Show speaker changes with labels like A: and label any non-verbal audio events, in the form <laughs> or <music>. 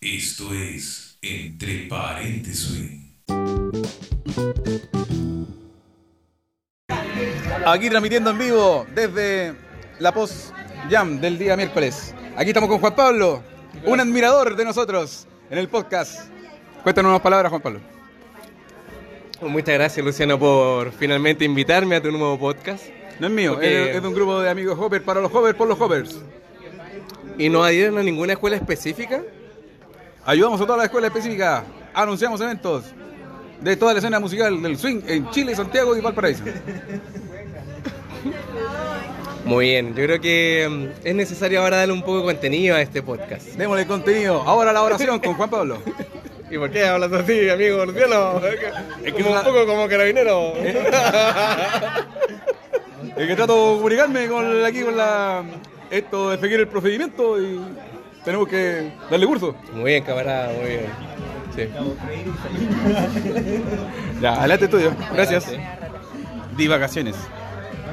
A: Esto es Entre Paréntesis.
B: Aquí transmitiendo en vivo desde la post jam del día miércoles. Aquí estamos con Juan Pablo, un admirador de nosotros en el podcast. Cuéntanos unas palabras, Juan Pablo.
C: Muchas gracias, Luciano, por finalmente invitarme a tu nuevo podcast.
B: No es mío,
C: Ok.
B: es, es de un grupo de amigos Hopper para los Hoppers por los Hoppers.
C: ¿Y no adhieren a ninguna escuela específica?
B: Ayudamos a toda la escuela específica, anunciamos eventos de toda la escena musical del swing en Chile, Santiago y Valparaíso.
C: Muy bien, yo creo que mm, es necesario ahora darle un poco de contenido a este podcast.
B: Démosle contenido. Ahora la oración con Juan Pablo.
C: ¿Y por qué hablas así, amigo Luciano? Es
B: Como un
C: poco como carabinero.
B: El que trato de comunicarme con, aquí con la, esto de seguir el procedimiento y tenemos que darle curso.
C: <laughs> Muy bien, camarada, muy bien. Sí.
B: Ya, adelante tuyo. Gracias.
C: Adelante.
B: Divagaciones.